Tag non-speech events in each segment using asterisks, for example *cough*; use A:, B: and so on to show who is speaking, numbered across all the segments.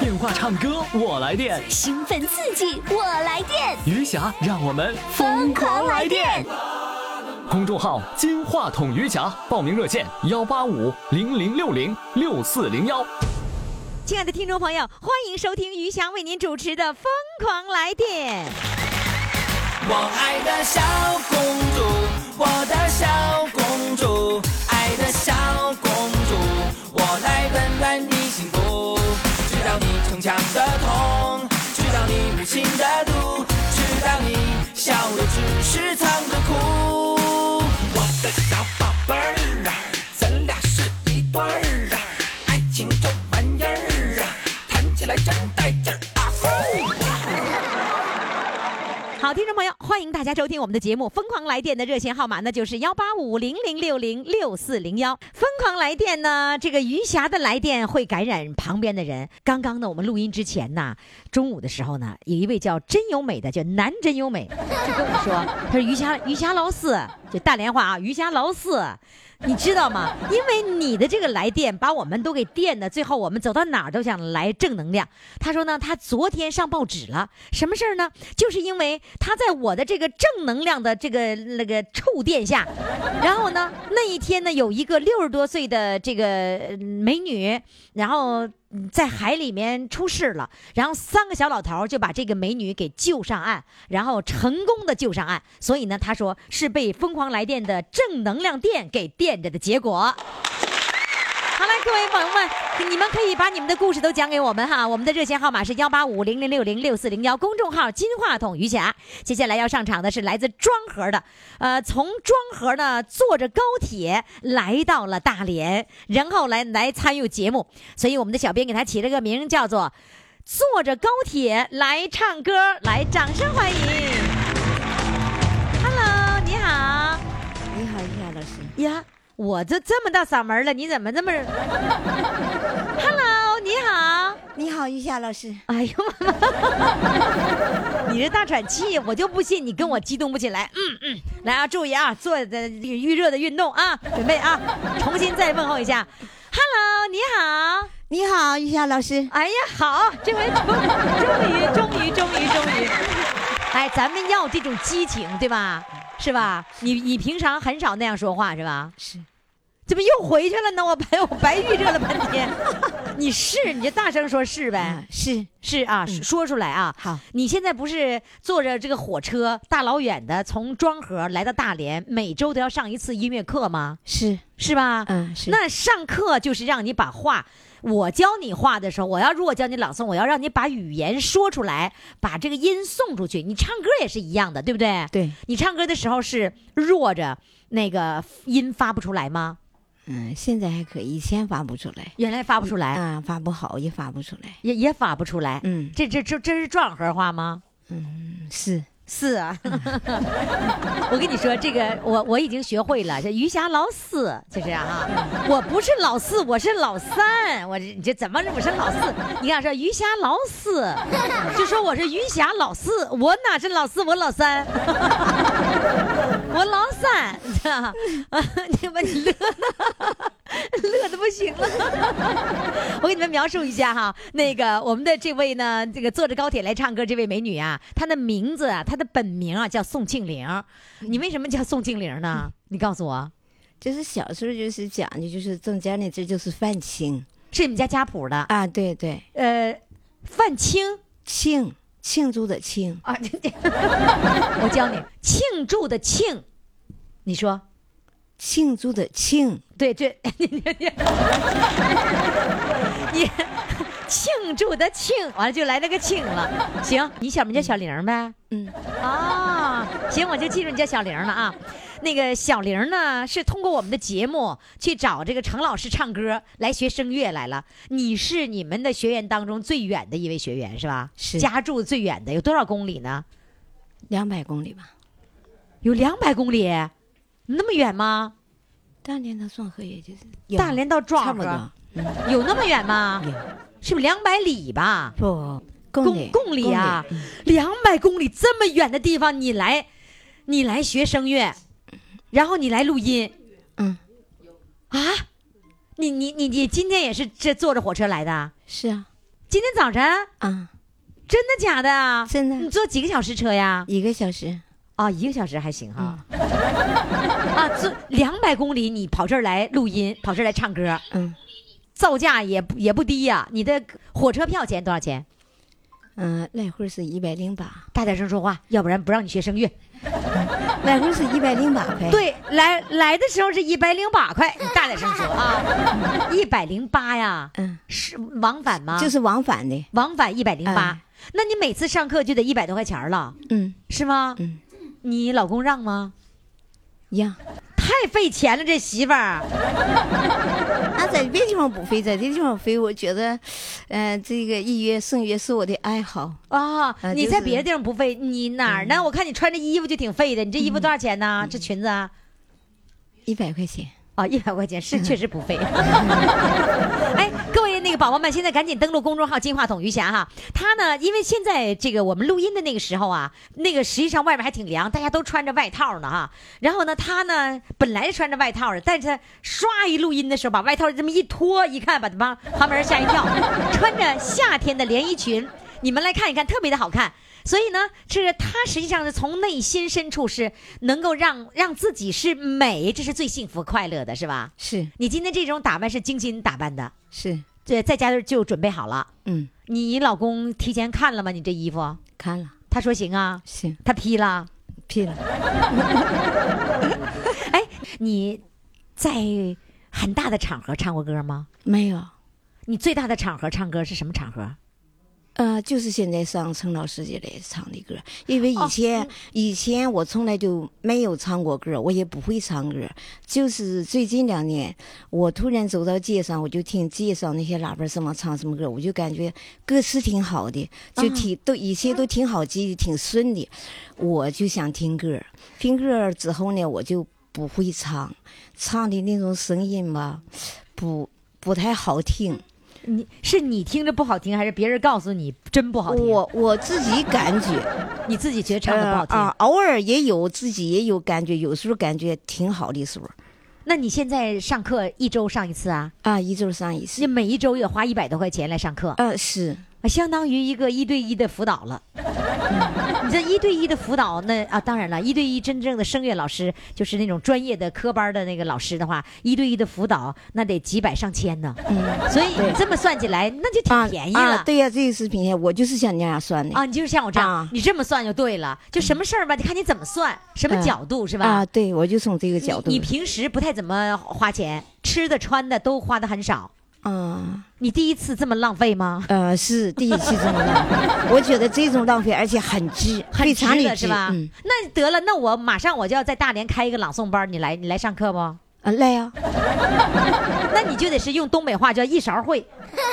A: 电话唱歌我来电，
B: 兴奋刺激，我来电，
A: 余霞让我们疯狂来电。公众号“金话筒余霞”，报名热线：幺八五零零六零六四零幺。
C: 亲爱的听众朋友，欢迎收听于翔为您主持的《疯狂来电》。
D: 我爱的小公主，我的小公主，爱的小公主，我来温暖你幸福，知道你逞强的痛，啊知道你无情的毒，知道你笑的只是藏着哭。我的小宝贝儿啊，咱俩是一对儿啊，爱情这玩意儿啊，谈起来真带劲儿啊！呼
C: 好，听众朋友，欢迎大家收听我们的节目《疯狂来电》的热线号码呢，就是幺八五零零六零六四零幺。疯狂来电呢，这个余霞的来电会感染旁边的人。刚刚呢，我们录音之前呢，中午的时候呢，有一位叫真由美的，叫男真由美，就跟我说，他说余霞，余霞老四，就大连话啊，余霞老四。你知道吗？因为你的这个来电把我们都给电的，最后我们走到哪儿都想来正能量。他说呢，他昨天上报纸了，什么事儿呢？就是因为他在我的这个正能量的这个那个臭电下，然后呢，那一天呢，有一个六十多岁的这个呃美女，然后。嗯在海里面出事了，然后三个小老头儿就把这个美女给救上岸，然后成功的救上岸。所以呢，他说是被疯狂来电的正能量电给电着的结果。好嘞，各位朋友们，你们可以把你们的故事都讲给我们哈。我们的热线号码是幺八五零零六零六四零幺，公众号金话筒余霞。接下来要上场的是来自庄河的，呃，从庄河呢坐着高铁来到了大连，然后来来参与节目，所以我们的小编给他起了个名叫做“坐着高铁来唱歌”，来，掌声欢迎。Hello，你好。
E: 你好，于霞老师。
C: 呀，我这这么大嗓门了，你怎么这么？Hello，你好。
E: 你好，于霞老师。
C: 哎呦妈妈， *laughs* 你这大喘气，我就不信你跟我激动不起来。嗯嗯，来啊，注意啊，做的预热的运动啊，准备啊，重新再问候一下。Hello，你好。
E: 你好，于霞老师。
C: 哎呀，好，这回终终于终于终于终于，哎，咱们要这种激情，对吧？是吧？你你平常很少那样说话，是吧？
E: 是，
C: 怎么又回去了呢？我白我白预热了半天。你是你就大声说是呗
E: 啊，，是
C: 是啊，说出来啊。
E: 嗯好，
C: 你现在不是坐着这个火车大老远的从庄河来到大连，每周都要上一次音乐课吗？
E: 是，
C: 是吧？
E: 嗯是
C: 那上课就是让你把话，我教你话的时候，我要如果教你朗诵，我要让你把语言说出来，把这个音送出去。你唱歌也是一样的，对不对？
E: 对。
C: 你唱歌的时候是弱着那个音发不出来吗？
E: 嗯，现在还可以，以前发不出来，
C: 原来发不出来，
E: 啊，发不好也发不出来。
C: 也也发不出来。
E: 嗯
C: 这这这这是壮河话吗？
E: 嗯，是，
C: 是啊， *laughs* 我跟你说，这个我我已经学会了，这余霞老四就是啊，我不是老四，我是老三，我这你这怎么我是老四？你看说余霞老四，就说我是余霞老四，我哪是老四，我老三， *laughs* 我老三，你知道吗 *laughs* 你把你乐的。 *laughs* 乐的不行了， *laughs* 我给你们描述一下哈，那个我们的这位呢，这个坐着高铁来唱歌这位美女啊，她的名字啊，她的本名啊叫宋庆龄，你为什么叫宋庆龄呢？你告诉我，
E: 就是小时候就是讲究，就是中间那字就是泛青
C: 是你们家家谱的，
E: 啊，对对，
C: 呃，范青
E: 庆庆祝的庆，
C: 啊，这这 *laughs* 我教你庆祝的庆，你说
E: 庆祝的庆，
C: 对，这 *laughs* 你你你你庆祝的庆，完了就来了个庆了。行，你小名叫小玲呗。
E: 嗯，
C: 啊，行，我就记住你叫小玲了啊。那个小玲呢，是通过我们的节目去找这个程老师唱歌来学声乐来了。你是你们的学员当中最远的一位学员是吧？
E: 是
C: 家住最远的有多少公里呢？
E: 两百公里吧。
C: 有两百公里，那么远吗？
E: 大连到壮河也就是
C: 大连到
E: 有
C: 壮
E: 差
C: 河
E: 不多，
C: 有那么远吗？是不是两百里吧？
E: 不
C: 公
E: 公
C: 公里啊，两百公里这么远的地方，你来，你来学声乐，然后你来录音
E: 嗯，
C: 啊？你你你你今天也是这坐着火车来的？
E: 是啊，
C: 今天早晨
F: 啊，
C: 真的假的啊？
F: 真的
C: 你坐几个小时车呀？
F: 一个小时，
C: 啊、一个小时还行哈。
F: 嗯
C: 啊，坐两百公里，你跑这儿来录音，跑这儿来唱歌，
F: 嗯
C: 造价也不也不低呀、你的火车票钱多少钱？
F: 嗯、呃来回是一百零八，
C: 大点声说话，要不然不让你学声乐。
F: 来回是一百零八块，，
C: 对，来来的时候是一百零八块，你大点声说啊，一百零八呀，
F: 嗯，
C: 是往返吗？
F: 就是往返的，
C: 往返一百零八
F: 哎，
C: 那你每次上课就得一百多块钱儿了，
F: 嗯，
C: 是吗？
F: 嗯，
C: 你老公让吗？
F: 一样。
C: 太费钱了，这媳妇儿。
F: 啊，在别地方不飞，在这地方飞，我觉得，呃，这个艺乐、声乐是我的爱好。
C: 啊、
F: 啊
C: 你
F: 就
C: 在
F: 是嗯
C: 别的地方不费，你哪儿呢？我看你穿这衣服就挺费的，你这衣服多少钱呢？这裙子啊，
F: 一百块钱，
C: 啊，一百块钱是确实不费。哎，各位那个宝宝们，现在赶紧登录公众号“金话筒余霞”哈。他呢，因为现在这个我们录音的那个时候啊，那个实际上外面还挺凉，大家都穿着外套呢哈。然后呢，他呢本来穿着外套的，但是他唰一录音的时候，把外套这么一脱，一看把他妈旁边人吓一跳，穿着夏天的连衣裙，你们来看一看，特别的好看。所以呢，这他实际上是从内心深处是能够让让自己是美，这是最幸福快乐的，是吧？
F: 是
C: 你今天这种打扮是精心打扮的，
F: 是，
C: 对，在家就准备好了。
F: 嗯，
C: 你老公提前看了吗？你这衣服？
F: 看了，
C: 他说行啊，
F: 行，
C: 他批了。
F: 批了，
C: 哎，你在很大的场合唱过歌吗？
F: 没有，
C: 你最大的场合唱歌是什么场合？
F: 呃，就是现在上陈老师这来唱的歌，因为以前、以前我从来就没有唱过歌，我也不会唱歌，就是最近两年，我突然走到街上，我就听街上那些喇叭什么唱什么歌，我就感觉歌词挺好的，就挺、都一切都挺好记，挺顺的，我就想听歌，听歌之后呢，我就不会唱，唱的那种声音吧，不不太好听。
C: 你是你听着不好听，还是别人告诉你真不好听？
F: 我我自己感觉，
C: 你自己觉得唱的不好听、
F: 呃啊，偶尔也有自己也有感觉，有时候感觉挺好的时候
C: 那你现在上课一周上一次啊？
F: 啊，一周上一次
C: 你。每一周也花一百多块钱来上课，
F: 呃，是
C: 啊相当于一个一对一的辅导了。嗯你这一对一的辅导，那啊，当然了，一对一真正的声乐老师，就是那种专业的科班的那个老师的话，一对一的辅导那得几百上千呢。所以你
F: 嗯对
C: 这么算起来，那就
F: 啊
C: 挺便宜了。
F: 啊，对呀、这个是便宜，我就是像你那样算的
C: 啊你就是像我这样，
F: 啊
C: 你这么算就对了。就什么事儿吧，你看你怎么算，什么
F: 嗯
C: 角度、是吧？
F: 啊，对，我就从这个角度，
C: 你，你平时不太怎么花钱，吃的穿的都花的很少。
F: 啊
C: 你第一次这么浪费吗？
F: 呃，是第一期这种浪 *laughs* 费，我觉得这种浪费而且很值，
C: 很
F: 非
C: 值
F: 常的
C: 了是吧？
F: 嗯，
C: 那得了，那我马上我就要在大连开一个朗诵班，你来你来上课不？
F: 啊，来呀、
C: 那你就得是用东北话叫一勺会，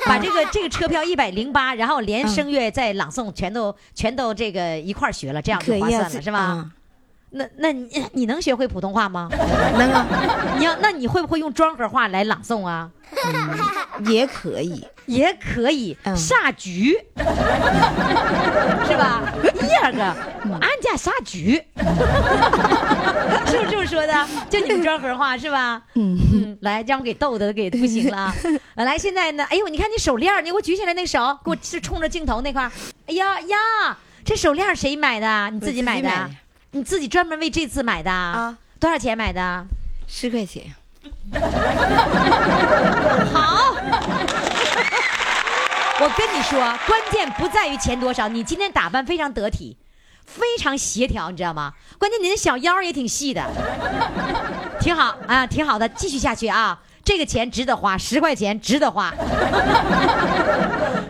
C: 把这个这个车票一百零八，然后
F: 嗯
C: 连声乐再朗诵全都全都这个一块儿学了，这样
F: 可
C: 就划
F: 以
C: 算
F: 啊，
C: 了
F: 这
C: 是吧？？那那你你能学会普通话吗？
F: 啊能啊， *laughs*
C: 你要那你会不会用庄河话来朗诵啊？
F: 也可以，
C: 也可以，
F: 嗯
C: 下局， *laughs* 是吧？第二个，俺家下局， *laughs* 是不是这么说的？就你们庄河话是吧？嗯，来，让我给逗的给不行了 *laughs* 啊！来，现在呢，哎呦，你看你手链儿，你给我举起来那个手，给我是冲着镜头那块儿，哎呀呀，这手链儿谁买的？你自己买的？
F: 我自己买的
C: 你自己专门为这次买的？啊？多少钱买的？
F: 十块钱，
C: 好。我跟你说，关键不在于钱多少，你今天打扮非常得体，非常协调，你知道吗？关键你的小腰儿也挺细的，挺好啊，挺好的，继续下去啊，这个钱值得花，十块钱值得花。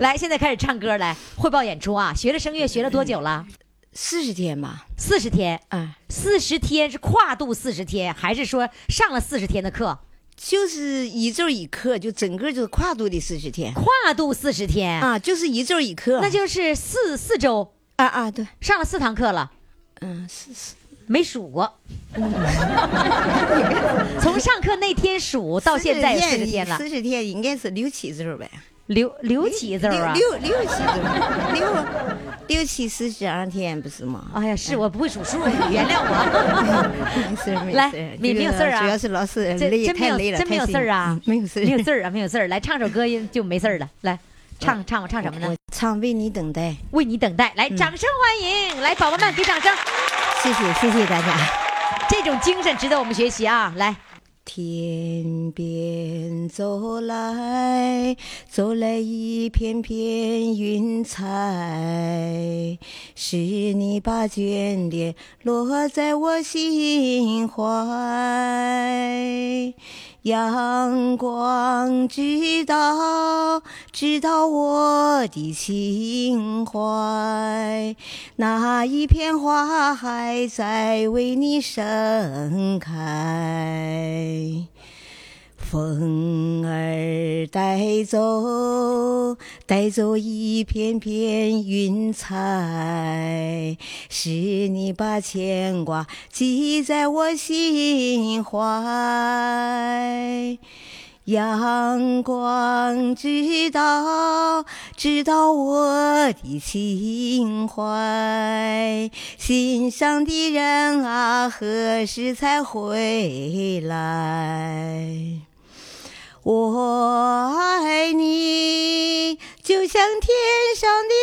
C: 来，现在开始唱歌，来汇报演出啊！学了声乐学了多久了？
F: 四十天吧，
C: 四十天，
F: 啊，
C: 四十天是跨度四十天，还是说上了四十天的课？
F: 就是一周一课，就整个就是跨度的四十天。
C: 跨度四十天，
F: 啊，就是一周一课，
C: 那就是四四周。
F: 啊啊，对，
C: 上了四堂课了，
F: 嗯，是是，
C: 没数过。 *laughs* 从上课那天数到现在有四十天了，
F: 四十天应该是六七周呗，
C: 留留几字儿啊？
F: 六六六七周，六六七四十二天不是吗？
C: 哎呀，是我不会数数，你原谅我。
E: *laughs*
F: 没事没事，
C: 来
F: 这
C: 你
F: 个
C: 没有事儿啊
F: 主要是老师
C: 这
F: 累，
C: 真没
F: 太
C: 有
F: 累了，
C: 真没有
F: 太
C: 事儿啊
F: 辛苦嗯没有事儿，
C: 没有字儿啊，没有字儿，来唱首歌就没事儿了。来，唱唱唱什么呢
E: 我？唱《为你等待》，
C: 为你等待，来，掌声欢迎！来，宝宝们给掌声，
E: 谢谢谢谢大家。
C: 这种精神值得我们学习啊！来，
E: 天边走来，走来一片片云彩，是你把眷恋落在我心怀。阳光知道，知道我的情怀，那一片花海在为你盛开。风儿带走，带走一片片云彩，是你把牵挂记在我心怀。阳光知道，知道我的情怀。心上的人啊，何时才回来？我爱你，就像天上的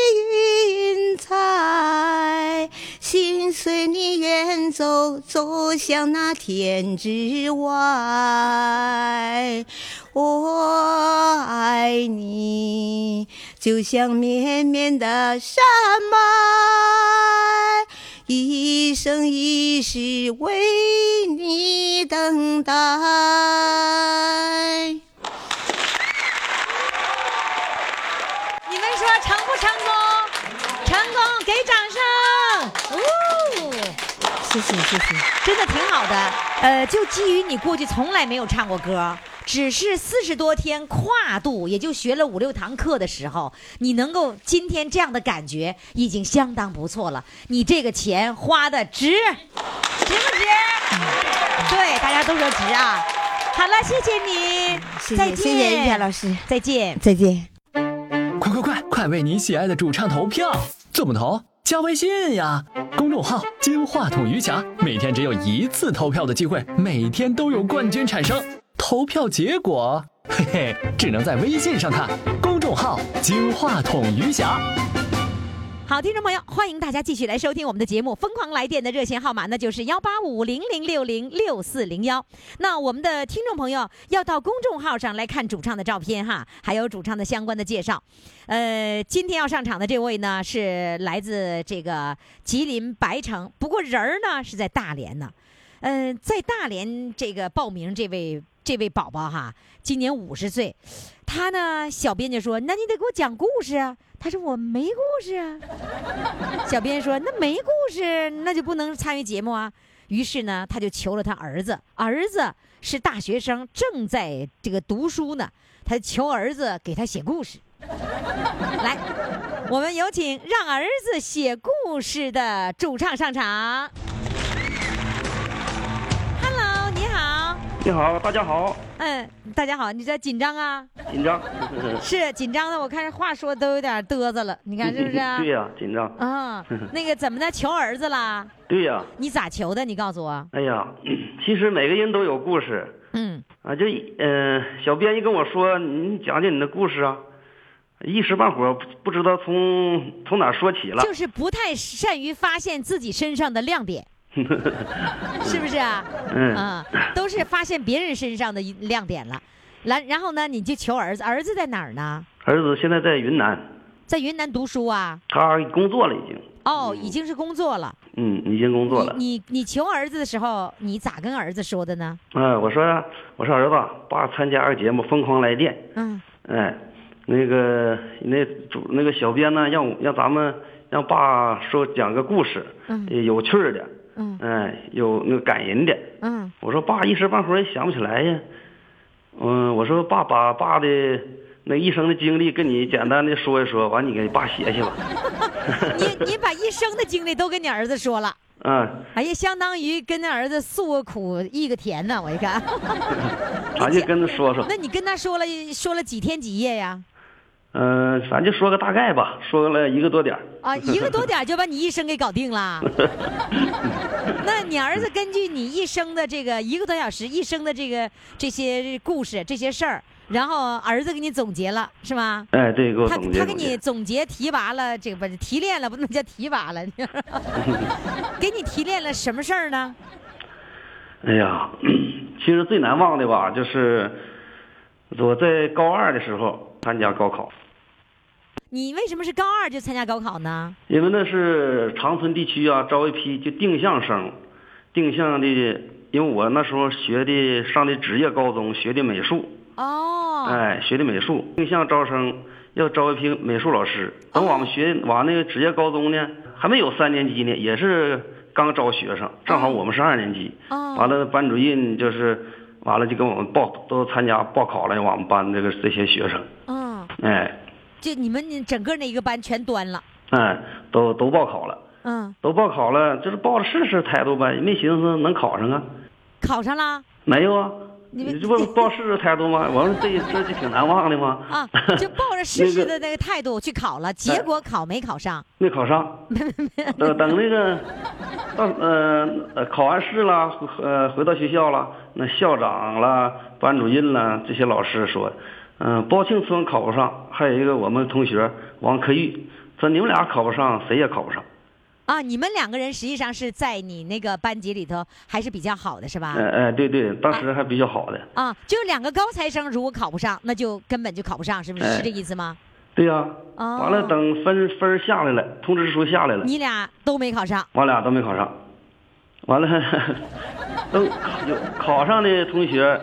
E: 云彩，心随你远走，走向那天之外。我爱你，就像绵绵的山脉，一生一世为你等待。
C: 你们说成不成功？成功，给掌声！哦，
E: 谢谢谢谢，
C: 真的挺好的。呃，就基于你过去从来没有唱过歌，只是四十多天跨度，也就学了五六堂课的时候，你能够今天这样的感觉，已经相当不错了。你这个钱花的值，值不值？对，大家都说值啊。好了，谢谢你，
E: 嗯谢
C: 再
E: 谢
C: 见，
E: 谢谢于霞老师，
C: 再见。
E: 再见。
A: 快快快，快为你喜爱的主唱投票！怎么投？加微信呀，公众号“金话筒余霞”，每天只有一次投票的机会，每天都有冠军产生。投票结果，嘿嘿，只能在微信上看。公众号“金话筒余霞”。
C: 好，听众朋友，欢迎大家继续来收听我们的节目《疯狂来电》的热线号码呢，就是幺八五零零六零六四零幺。那我们的听众朋友要到公众号上来看主唱的照片哈，还有主唱的相关的介绍。呃，今天要上场的这位呢是来自这个吉林白城，不过人儿呢是在大连呢。嗯、在大连这个报名这位这位宝宝哈，今年五十岁，他呢，小编就说：“那你得给我讲故事啊。”他说：“我没故事啊。”小编说：“那没故事，那就不能参与节目啊。”于是呢，他就求了他儿子，儿子是大学生，正在这个读书呢，他求儿子给他写故事。 *laughs* 来，我们有请让儿子写故事的主唱上场。Hello，你好。
G: 你好，大家好，
C: 嗯，大家好，你这紧张啊？
G: 紧张。
C: 是紧张的，我看这话说都有点嘚瑟了，你看是不是、
H: 嗯
G: *laughs*
C: 啊？
G: 对呀、紧张。
C: 啊、那个怎么的？求儿子啦？
G: 对呀、
C: 你咋求的？你告诉我。
G: 哎呀， *clears throat* 其实每个人都有故事
C: 嗯，
G: 啊。就嗯、呃，小编一跟我说，你讲讲你的故事啊，一时半会儿不不知道从从哪儿说起了。
C: 就是不太善于发现自己身上的亮
G: *laughs*
C: 点，是不是啊？
G: 嗯
C: 啊，都是发现别人身上的一亮点了。然然后呢，你就求儿子，儿子在哪儿呢？
G: 儿子现在在云南，
C: 在云南读书啊？
G: 他工作了已经，
C: 哦，已经是工作了。
G: 嗯，已经工作了。
C: 你你你求儿子的时候，你咋跟儿子说的呢？
G: 嗯、我说我说儿子，爸参加个节目《疯狂来电》。
C: 嗯，
G: 哎，那个那主那个小编呢，让我让咱们让爸说讲个故事，
C: 嗯
G: 呃有趣儿的，
C: 嗯
G: 哎，有那个感人的。
C: 嗯
G: 我说爸一时半会儿也想不起来呀，嗯，我说爸把爸的那一生的经历跟你简单的说一说，完你给爸写
C: *laughs*
G: 写吧。
C: 你
G: *laughs*
C: 你把一生的经历都跟你儿子说了，
G: 嗯，
C: 哎呀，相当于跟那儿子诉个苦，一个甜呢。我
G: *laughs*
C: 一看，
G: 咱就跟他说说，
C: 那你跟他说了说了几天几夜呀？
G: 嗯、咱就说个大概吧，说了一个多点儿。
I: *laughs*
C: 啊，一个多点儿就把你一生给搞定了。那你儿子根据你一生的这个一个多小时一生的这个这些故事这些事儿，然后儿子给你总结了，是吗？
I: 哎，对，给我
C: 他
I: 总结
C: 他给
I: 总
C: 你
I: 结。
C: 总结提拔了，这个不是提炼了，不能叫提
I: *laughs*
C: 拔了，给你提炼了什么事儿呢？
I: 哎呀， *clears throat* 其实最难忘的吧，就是我在高二的时候参加高考，
C: 你为什么是高二就参加高考呢？
I: 因为那是长春地区啊，招一批就定向生，定向的，因为我那时候学的上的职业高中，学的美术，
C: 哦，
I: 哎，学的美术，定向招生要招一批美术老师。等
C: 哦
I: 我们学完那个职业高中呢，还没有三年级呢，也是刚招学生，正好我们是二年级。
C: 哦
I: 完了，班主任就是完了就跟我们报都参加报考了，我们班这个这些学生，
C: 嗯，
I: 哎
C: 就你们整个那一个班全端了，
I: 哎，都都报考了，
C: 嗯，
I: 都报考了，就是抱着试试态度呗，也没寻思能考上啊，
C: 考上啦
I: 没有啊。
C: 你们
I: 这不抱试试态度吗？我说这这就挺难忘的吗？ *laughs*
C: 啊，就抱着试试的那个态度去考了，结果考没考上，
I: 没考上，等等那个到呃呃考完试了，回呃回到学校了，那校长啦、班主任啦这些老师说，嗯、包庆村考不上，还有一个我们同学王科玉，说你们俩考不上，谁也考不上。
C: 啊，你们两个人实际上是在你那个班级里头还是比较好的，是吧？
I: 哎、哎、对对，当时还比较好的。
C: 啊，就两个高材生如果考不上，那就根本就考不上，是不是？
I: 哎
C: 是这意思吗？
I: 对呀、
C: 哦
I: 完了等分分儿下来了，通知书下来了，
C: 你俩都没考上，
I: 我俩都没考上。完了， *laughs* 都考有考上的同学，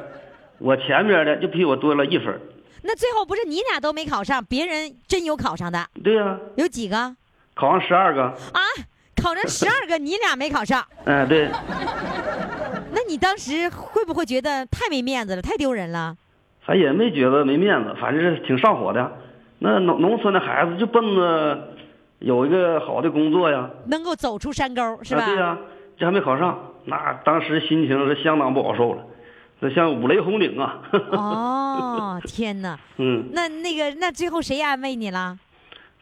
I: 我前边的就比我多了一分儿。
C: 那最后不是你俩都没考上，别人真有考上的，
I: 对呀、
C: 有几个啊？
I: 考上十二个，
C: 考上十二个，你俩没考上，
I: 哎、对，
C: 那你当时会不会觉得太没面子了，太丢人了？
I: 反正也没觉得没面子，反正是挺上火的。那农农村的孩子就奔着有一个好的工作呀，
C: 能够走出山沟是吧？
I: 啊对呀、这还没考上，那当时心情是相当不好受了，这像五雷轰顶啊。
C: 哦，天哪！
I: *laughs* 嗯，
C: 那那个那最后谁安慰你了？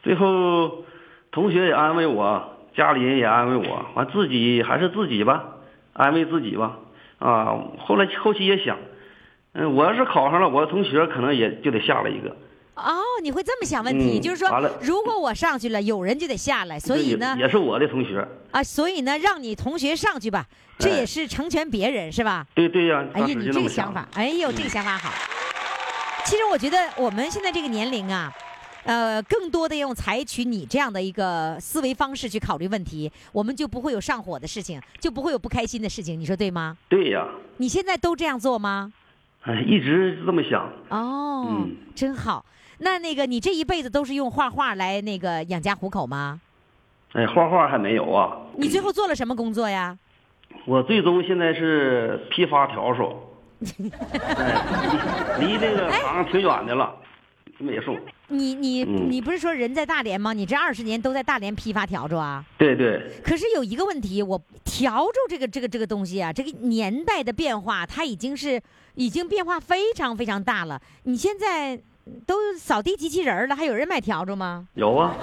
I: 最后同学也安慰我，家里人也安慰我，完自己还是自己吧，安慰自己吧。啊，后来后期也想，嗯，我要是考上了，我的同学可能也就得下来一个。
C: 哦，你会这么想问题，
I: 嗯
C: 就是说
I: 完了，
C: 如果我上去了，有人就得下来，所
I: 这
C: 以
I: 也
C: 呢，
I: 也是我的同学。
C: 啊，所以呢，让你同学上去吧，这
I: 哎
C: 也是成全别人，是吧？
I: 对对呀、
C: 哎
I: 当
C: 呀，
I: 时
C: 你
I: 就
C: 这
I: 么嗯
C: 个
I: 的
C: 想法，哎呦，这个想法好。其实我觉得我们现在这个年龄啊，呃，更多的用采取你这样的一个思维方式去考虑问题，我们就不会有上火的事情，就不会有不开心的事情，你说对吗？
I: 对呀、
C: 你现在都这样做吗？
I: 哎，一直这么想。
C: 哦，
I: 嗯
C: 真好。那那个，你这一辈子都是用画画来那个养家糊口吗？
I: 哎，画画还没有啊。
C: 你最后做了什么工作呀？
I: 我最终现在是批发调
C: *laughs*
I: 手，哎，离离这个行挺远的了，美术。
C: 你你、
I: 嗯
C: 你不是说人在大连吗？你这二十年都在大连批发调着啊？
I: 对对，
C: 可是有一个问题，我笤帚这个这个这个东西啊，这个年代的变化，它已经是已经变化非常非常大了。你现在都扫地机器人儿了，还有人买笤帚吗？
I: 有啊。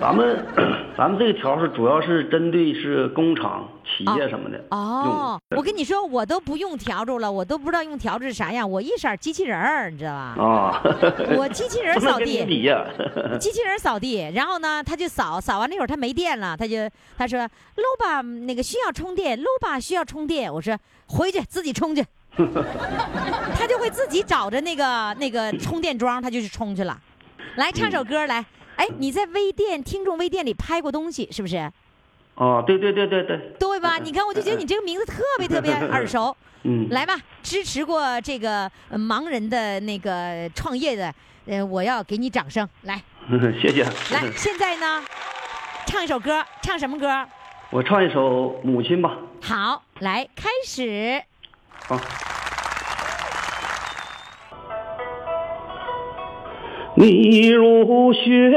I: 咱们 *clears throat* 咱们这个条是主要是针对是工厂、企业什么的
C: 哦，
I: 用
C: 我跟你说，我都不用笤帚了，我都不知道用笤帚是啥样，我一色儿机器人儿，你知道吧？
I: 啊。 *laughs*
C: 我机器人儿
I: 不能
C: 哦扫
I: 跟你
C: 地。
I: 比呀、
C: 机器人儿扫地，然后呢，他就扫扫完那会儿他没电了，他就他说 l 吧，那个需要充电 l 吧需要充电。”我说：“回去自己
I: *laughs*
C: 充去。”他就会自己找着那个那个充电桩，他就去充去了。来唱首歌来，哎，你在微店听众微店里拍过东西是不是？
I: 啊，对对对对对，
C: 对吧？你看，我就觉得你这个名字特别特别耳
I: *laughs*
C: 熟。
I: 嗯，
C: 来吧，支持过这个呃盲人的那个创业的，呃，我要给你掌声。来。
I: 谢谢。
C: 来，现在呢，唱一首歌，唱什么歌？
I: *laughs* 我唱一首《母亲》吧。
C: 好，来开始。
I: 好。你如雪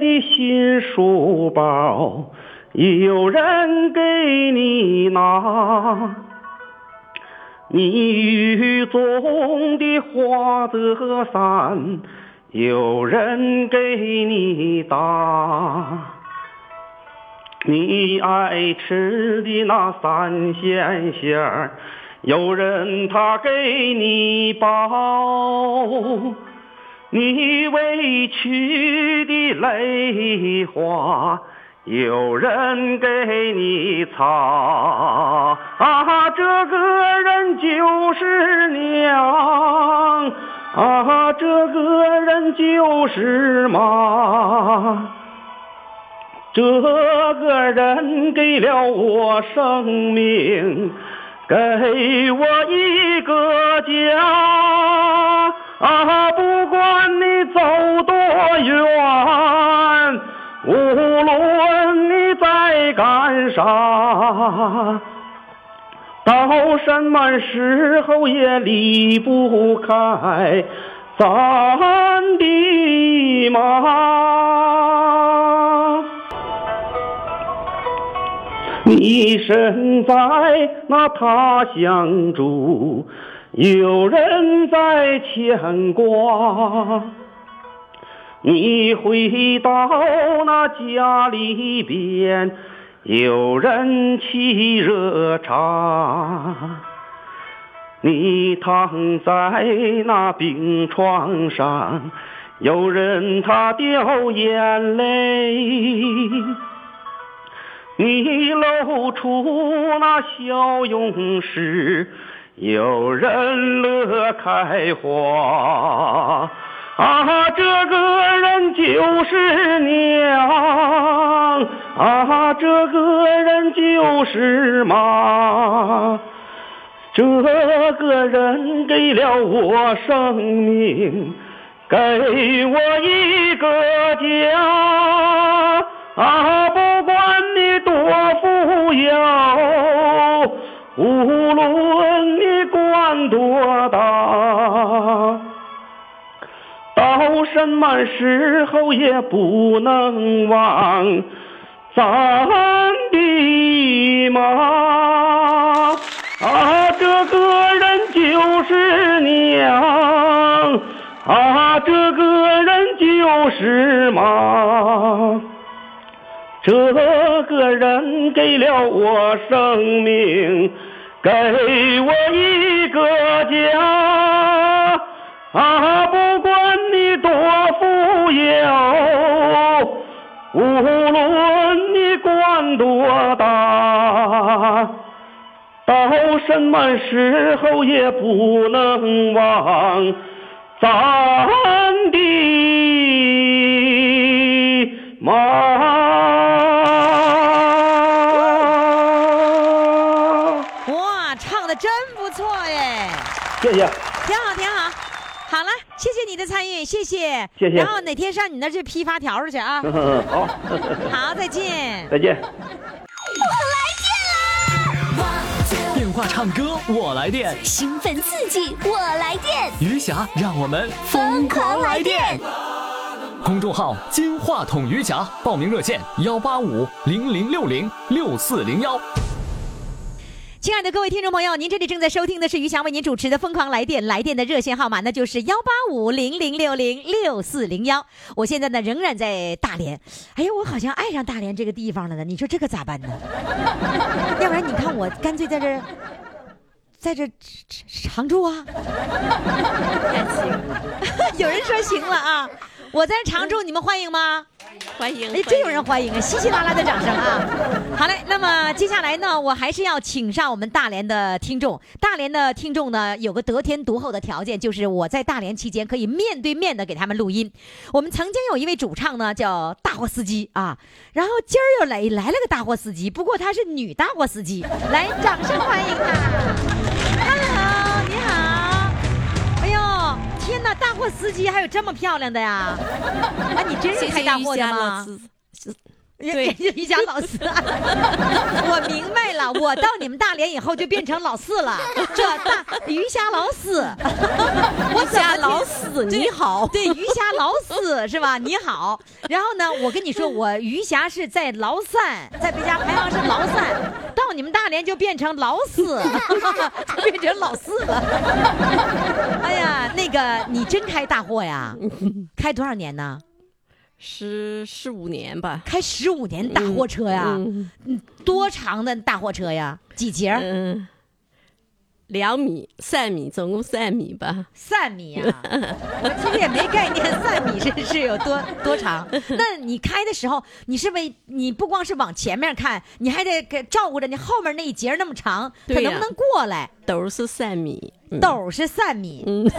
I: 的新书包，已有人给你拿。你雨中的花折伞，有人给你搭。你爱吃的那三鲜馅儿，
G: 有人他给你包，你委屈的泪花，有人给你擦，啊，这个人就是娘，啊，这个人就是妈。这个人给了我生命，给我一个家。啊，不管你走多远，无论你在干啥，到什么时候也离不开咱的妈。你身在那他乡住，有人在牵挂。你回到那家里边，有人沏热茶。你躺在那病床上，有人他掉眼泪。你露出那笑容时，有人乐开花。啊，这个人就是娘，啊，这个人就是妈。这个人给了我生命，给我一个家。啊，不管你多富有，无论你官多大，到什么时候也不能忘咱的妈。啊，这个人就是娘，啊，这个人就是妈。这个人给了我生命，给我一个家。啊，不管你多富有，无论你官多大，到什么时候也不能忘咱的妈。
C: 哇，唱的真不错耶，
G: 谢 *laughs* 谢，
C: 挺好挺好。好了，谢谢你的参与，谢谢，
G: 谢谢
C: 然后哪天上你那儿去批发条儿
G: *laughs*
C: 去啊？
G: 嗯，好，
C: 好，再见。
G: 再见。
A: 电话唱歌我来电，
B: 兴奋刺激，我来电！
A: 余霞让我们
B: 疯
A: 疯狂
B: 狂
A: 来
B: 来
A: 电
B: 电。
A: 公众号“金话筒余霞”，报名热线：幺八五零零六零六四零幺。
C: 亲爱的各位听众朋友，您这里正在收听的是于翔为您主持的《疯狂来电》，来电的热线号码那就是幺八五零零六零六四零幺。我现在呢仍然在大连，哎呀，我好像爱上大连这个地方了呢。你说这可咋办呢？要不然你看我干脆在这儿，在这儿常住啊。 *laughs* 有人说行了啊，我在这儿常住，你们欢迎吗？
J: 欢迎
C: 哎，真有人欢迎啊！稀稀拉拉的掌
J: *laughs*
C: 声啊！好嘞，那么接下来呢，我还是要请上我们大连的听众。大连的听众呢，有个得天独厚的条件，就是我在大连期间可以面对面的给他们录音。我们曾经有一位主唱呢，叫大货司机啊，然后今儿又来来了个大货司机，不过她是女大货司机，来，掌声欢迎她。Hello，你好。哎呦，天哪，大货司机还有这么漂亮的呀！啊，你真是
J: 谢谢
C: 开大
J: 于
C: 货的
J: 霞老
C: 吗？
J: 师。
C: 对，瑜伽老四， *laughs* 我明白了，我到你们大连以后就变成老四了，这大瑜伽老四，我怎么老四你好？对，瑜伽老四是吧？你好。然后呢，我跟你说，我余霞是在劳散，在北家排行是劳散，到你们大连就变成老四， *laughs* 就变成老四了。 *laughs* 哎呀，那个你真开大货呀？开多少年呢？
J: 十十五年吧，
C: 开十五年大货车呀？
J: 嗯
C: 多长的大货车呀？几节儿？
J: 嗯，
K: 两米、三米，总共三米吧。
C: 三米啊！我其实也没概念三米是是有多多长。那你开的时候，你是为你不光是往前面看，你还得给照顾着你后面那一节那么长，它
K: 对呀
C: 能不能过来？
K: 斗儿是三米，嗯
C: 斗是三米。 *laughs*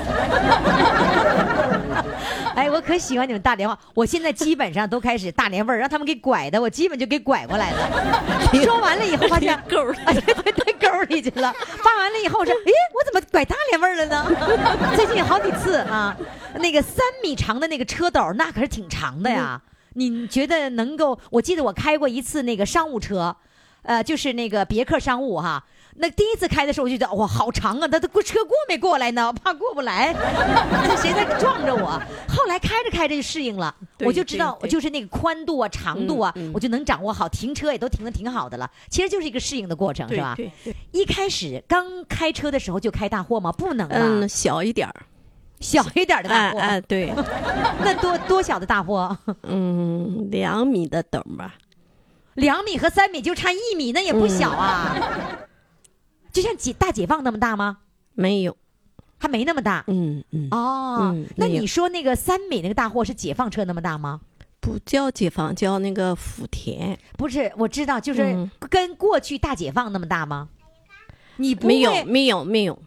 C: 哎，我可喜欢你们大连话，我现在基本上都开始大连味儿，让他们给拐的，我基本就给拐过来
K: *laughs*
C: 了。说完了以后发现
K: 沟儿
C: 哎，对对对，沟里去了。发完了以后
K: *laughs*
C: 说，哎，我怎么拐大连味儿了呢？最近有好几次啊，那个三米长的那个车斗，那可是挺长的呀。
K: 嗯
C: 你觉得能够？我记得我开过一次那个商务车，呃，就是那个别克商务哈。那第一次开的时候，我就觉得哇，好长啊！它它过车过没过来呢？我怕过不来， *laughs* 谁在撞着我？后来开着开着就适应了，
K: 对
C: 我就知道，
K: 对嗯
C: 我
K: 对
C: 就是那个宽度啊、长度啊，我就能掌握好，停车也都停的挺好的了。其实就是一个适应的过程，是
K: 对
C: 吧？
K: 对对，
C: 一开始刚开车的时候就开大货吗？不能啊
K: 嗯，，小一点儿，
C: 小一点的
K: 哎
C: 大货，
K: 哎，
C: *laughs*
K: 对，
C: 那多多小的大货，
K: 嗯，两米的斗儿吧，
C: 两米和三米就差一米，那也不小啊。
K: 嗯
C: *laughs* 就像解大解放那么大吗？
K: 没有，
C: 还没那么大。
K: 嗯嗯，
C: 哦，
K: 嗯
C: 那
K: 没有
C: 你说那个三米那个大货是解放车那么大吗？
K: 不叫解放，叫那个福田，
C: 不是，我知道，就是
K: 嗯
C: 跟过去大解放那么大吗？你不
K: 没有
C: 会
K: 没有没有，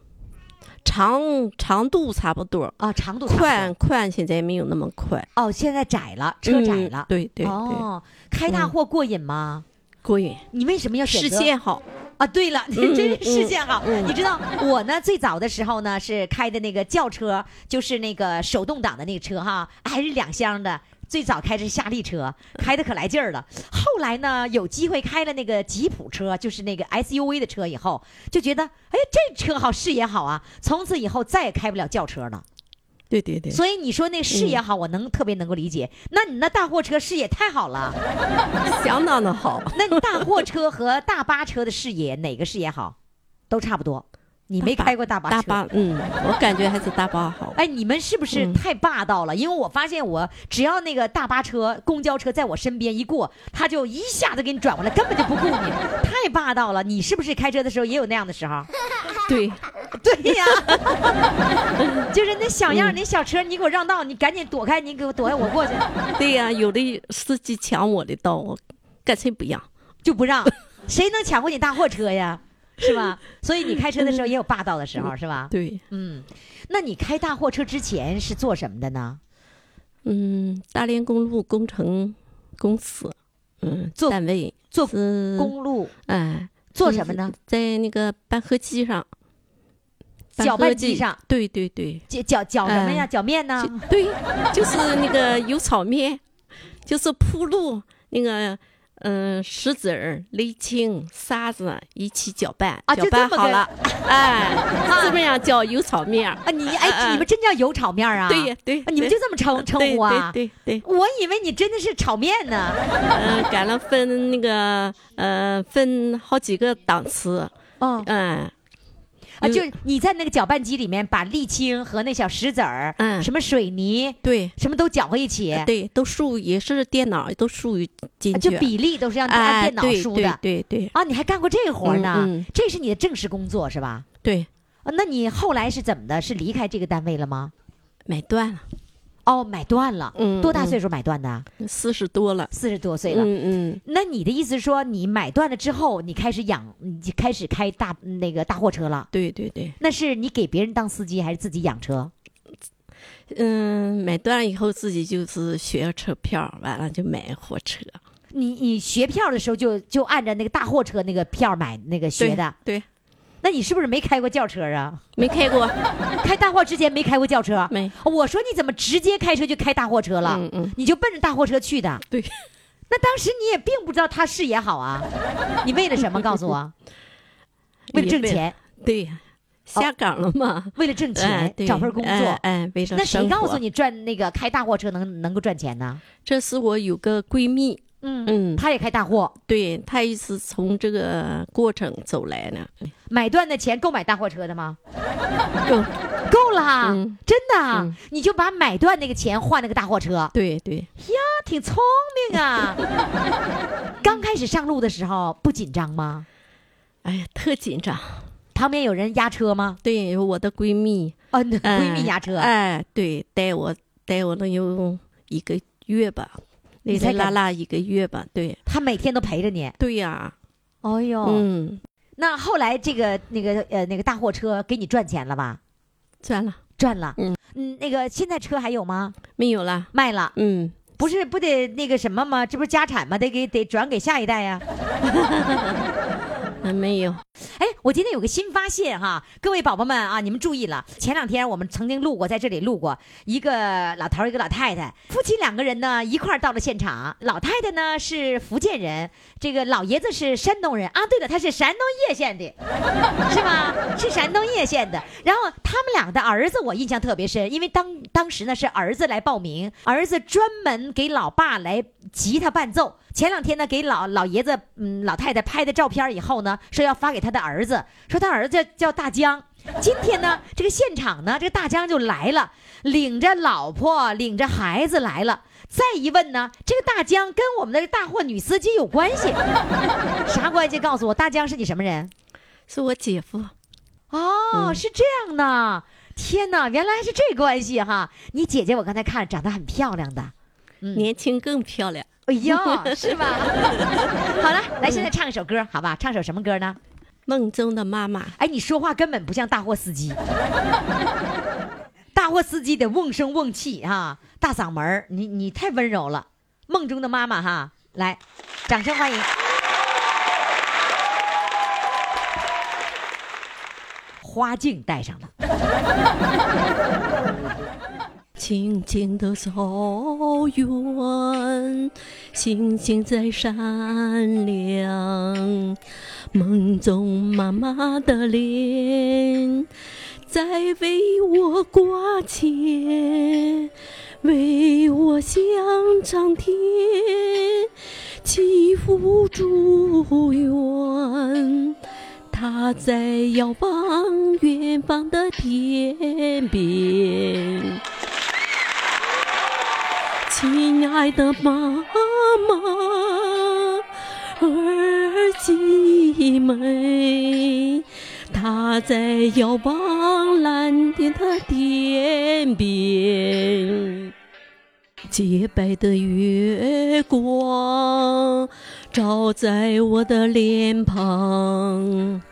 K: 长长度差不多，
C: 啊？长度差不多
K: 宽宽现在没有那么宽，
C: 哦，现在窄了，车窄
K: 嗯
C: 了。
K: 对对嗯对，
C: 哦，开大货过瘾吗？
K: 过瘾，
C: 你为什么要选
K: 视
C: 择
K: 线好，
C: 啊，对了，你
K: 嗯
C: 真是视线好。
K: 嗯嗯
C: 你知道我呢，最早的时候呢是开的那个轿车，就是那个手动挡的那个车哈，还是两厢的。最早开的是夏利车，开的可来劲儿了。后来呢，有机会开了那个吉普车，就是那个 SUV 的车以后，就觉得哎，这车好，视野好啊。从此以后再也开不了轿车了。
K: 对对对，
C: 所以你说那视
K: 嗯
C: 野好，我能特别能够理解。那你那大货车视野太好了，
K: 相当的
C: *laughs*
K: 好，
C: 那你大货车和大巴车的视野哪个视野好？都差不多。你没开过大巴
K: 大
C: 车？
K: 巴，嗯，我感觉还是大巴好，
C: 哎，你们是不是太霸道了？因为我发现我只要那个大巴车、公交车在我身边一过，他就一下子给你转过来，根本就不顾你，太霸道了。你是不是开车的时候也有那样的时候？
K: 对，
C: 对呀，就是那小样儿，那小车，你给我让道，你赶紧躲开，你给我躲开，我过去
K: *laughs* 对呀、有的司机抢我的道，我干脆不让。
C: 就不让，谁能抢过你大货车呀？是吧？所以你开车的时候也有霸道的时候，是吧？
K: 对，
C: 嗯，那你开大货车之前是做什么的呢？
K: 嗯，大连公路工程公司，嗯，
C: 做
K: 单位
C: 做
K: 是，
C: 公路
K: 哎，
C: 做什么呢？
K: 在那个拌合机上，
C: 搅
K: 拌
C: 拌
K: 合
C: 机上，啊
K: 对对对，
C: 搅搅搅什么呀？
K: 哎
C: 搅面呢？
K: 就对，就是那个油炒面，就是铺路那个。嗯，石子儿、沥青、沙子一起搅拌，
C: 啊
K: 搅
C: 就这
K: 拌
C: 么
K: 好
C: 个
K: 了，哎，这么样叫油炒面儿。
C: 啊，你哎，
K: 哎
C: 你们真叫油炒面啊？
K: 对呀，对，
C: 啊你
K: 对
C: 们就这么称称呼啊？
K: 对对对
C: 我以为你真的是炒面呢。
K: 对，嗯、改了分那个，呃，分好几个档次，
C: 哦
K: 嗯
C: 啊，
K: 有
C: 就是你在那个搅拌机里面把沥青和那小石子儿、
K: 嗯，
C: 什么水泥、
K: 对
C: 什么都搅和一起，啊
K: 对，都属于也是电脑都属于进去，
C: 就比例都是让按
K: 哎
C: 电脑
K: 对
C: 输的。
K: 对对对
C: 啊，你还干过这活儿呢？
K: 嗯嗯
C: 这是你的正式工作是吧？
K: 对，
C: 啊，那你后来是怎么的？是离开这个单位了吗？
K: 买断了，
C: 哦，买断了。
K: 嗯
C: 多大岁数买断的？
K: 四十多了，
C: 四十多岁了。
K: 嗯嗯，
C: 那你的意思是说，你买断了之后，你开始养，你就开始开大那个大货车了？
K: 对对对，
C: 那是你给别人当司机，还是自己养车？
K: 嗯，买断了以后自己就是学车票，完了就买货车，
C: 你你学票的时候就就按照那个大货车那个票买那个学
K: 对
C: 的，
K: 对，
C: 那你是不是没开过轿车啊？ *laughs*
K: 没开过，
C: 开大货之前没开过轿车？哦
K: 没，
C: 我说你怎么直接开车就开大货车了？
K: 嗯嗯，
C: 你就奔着大货车去的？
K: 对。
C: 那当时你也并不知道他视野好啊，你为了什么？告诉
K: *laughs*
C: 我。为了挣钱，
K: 对，下岗了嘛，
C: 为了挣
K: 哎，
C: 哦钱
K: 对
C: 找份工作。
K: 哎，哎为了
C: 那谁
K: 生
C: 告
K: 活
C: 诉你赚那个开大货车能能够赚钱呢？
K: 这是我有个闺蜜，
C: 嗯
K: 嗯，
C: 他也开大货，
K: 对她也是从这个过程走来的，
C: 买断的钱够买大货车的吗？
K: *laughs* 够，
C: 够了啊，
K: 嗯
C: 真的啊，
K: 嗯
C: 你就把买断那个钱换那个大货车，
K: 对对，
C: 那挺聪
K: *laughs*
C: 明啊。刚开始上路的时候不紧张吗？
K: 哎呀，特紧张，
C: 旁边有人压车吗？
J: 对，我的闺蜜，
C: 哦，你的
J: 哎
C: 闺蜜压车，
J: 哎，对，带我带我能有一个月吧，
C: 你
J: 累
C: 才
J: 累拉
C: 敢
J: 拉一个月吧，对，
C: 她每天都陪着你。
J: 对呀、
C: 哦呦，
J: 嗯，
C: 那后来这个那个呃那个大货车给你赚钱了吧？
J: 算了，
C: 赚了。
J: 嗯
C: 嗯，那个现在车还有吗？
J: 没有了，
C: 卖了。
J: 嗯，
C: 不是不得那个什么吗？这不是家产吗？得给得转给下一代呀、
J: 嗯，没有，
C: 哎，我今天有个新发现哈，各位宝宝们啊，你们注意了。前两天我们曾经录过，在这里录过一个老头儿一个老太太，夫妻两个人呢一块儿到了现场。老太太呢是福建人，这个老爷子是山东人啊。对了，他是山东叶县的， *laughs* 是吧？是山东叶县的。然后他们俩的儿子我印象特别深，因为当当时呢是儿子来报名，儿子专门给老爸来吉他伴奏。前两天呢给老老爷子嗯老太太拍的照片儿以后呢，说要发给他的儿子，说他儿子叫大江。今天呢，这个现场呢，这个大江就来了，领着老婆，领着孩子来了。再一问呢，这个大江跟我们的大货女司机有关系， *laughs* 啥关系？告诉我，大江是你什么人？
J: 是我姐夫，
C: 哦，
J: 嗯
C: 是这样的。天哪，原来是这关系哈！你姐姐我刚才看长得很漂亮的，嗯
J: 年轻更漂亮，
C: 哎呦，是吧？好了，来，现在唱一首歌，好吧？唱首什么歌呢？
J: 梦中的妈妈，
C: 哎，你说话根本不像大货司机，大货司机得瓮声瓮气哈、啊，大嗓门儿，你你太温柔了。梦中的妈妈哈，来，掌声欢迎。花镜戴上了。
J: 静静的草原，星星在闪亮，梦中妈妈的脸在为我挂牵，为我向苍天祈福祝愿。他在遥望远方的天边。亲爱的妈妈，儿姐妹，她在遥望蓝天的天边，洁白的月光照在我的脸庞，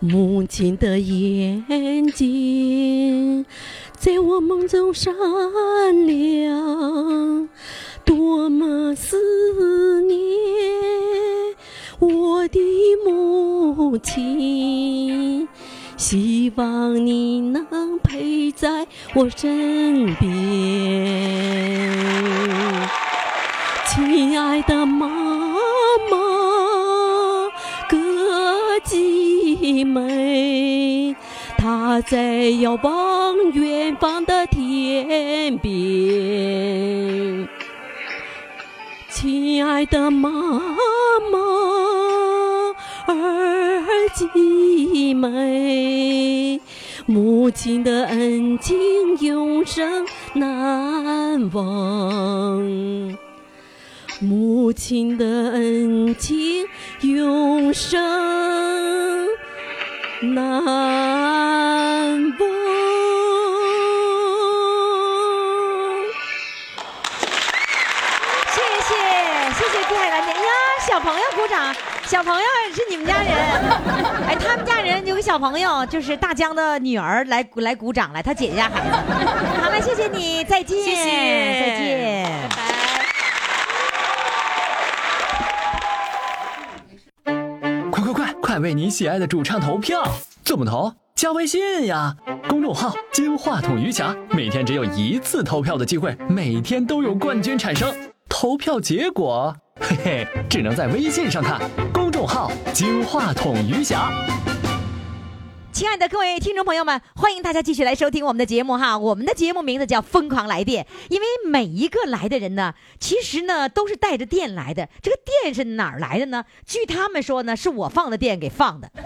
J: 母亲的眼睛。在我梦中闪亮，多么思念我的母亲，希望你能陪在我身边。亲爱的妈妈，哥姐妹，她在遥望远方的天边。亲爱的妈妈，儿姐妹，母亲的恩情永生难忘。母亲的恩情永生难忘。
C: 谢谢谢谢碧海蓝天哎呀，小朋友鼓掌，小朋友是你们
J: *laughs*
C: 家人，哎，他们家人有个小朋友，就是大江的女儿来鼓来鼓掌来，他姐姐家孩子。好了，谢谢你，再见，
J: 谢谢
C: 再见，拜拜。
A: 快快快，快为你喜爱的主唱投票！怎么投？加微信呀，公众号“金话筒余霞”，每天只有一次投票的机会，每天都有冠军产生。投票结果，嘿嘿，只能在微信上看。公众号“金话筒余霞”。
C: 亲爱的各位听众朋友们，欢迎大家继续来收听我们的节目哈。我们的节目名字叫《疯狂来电》，因为每一个来的人呢，其实呢都是带着电来的。这个电是哪儿来的呢？据他们说呢，是我放的电给放的。 *laughs*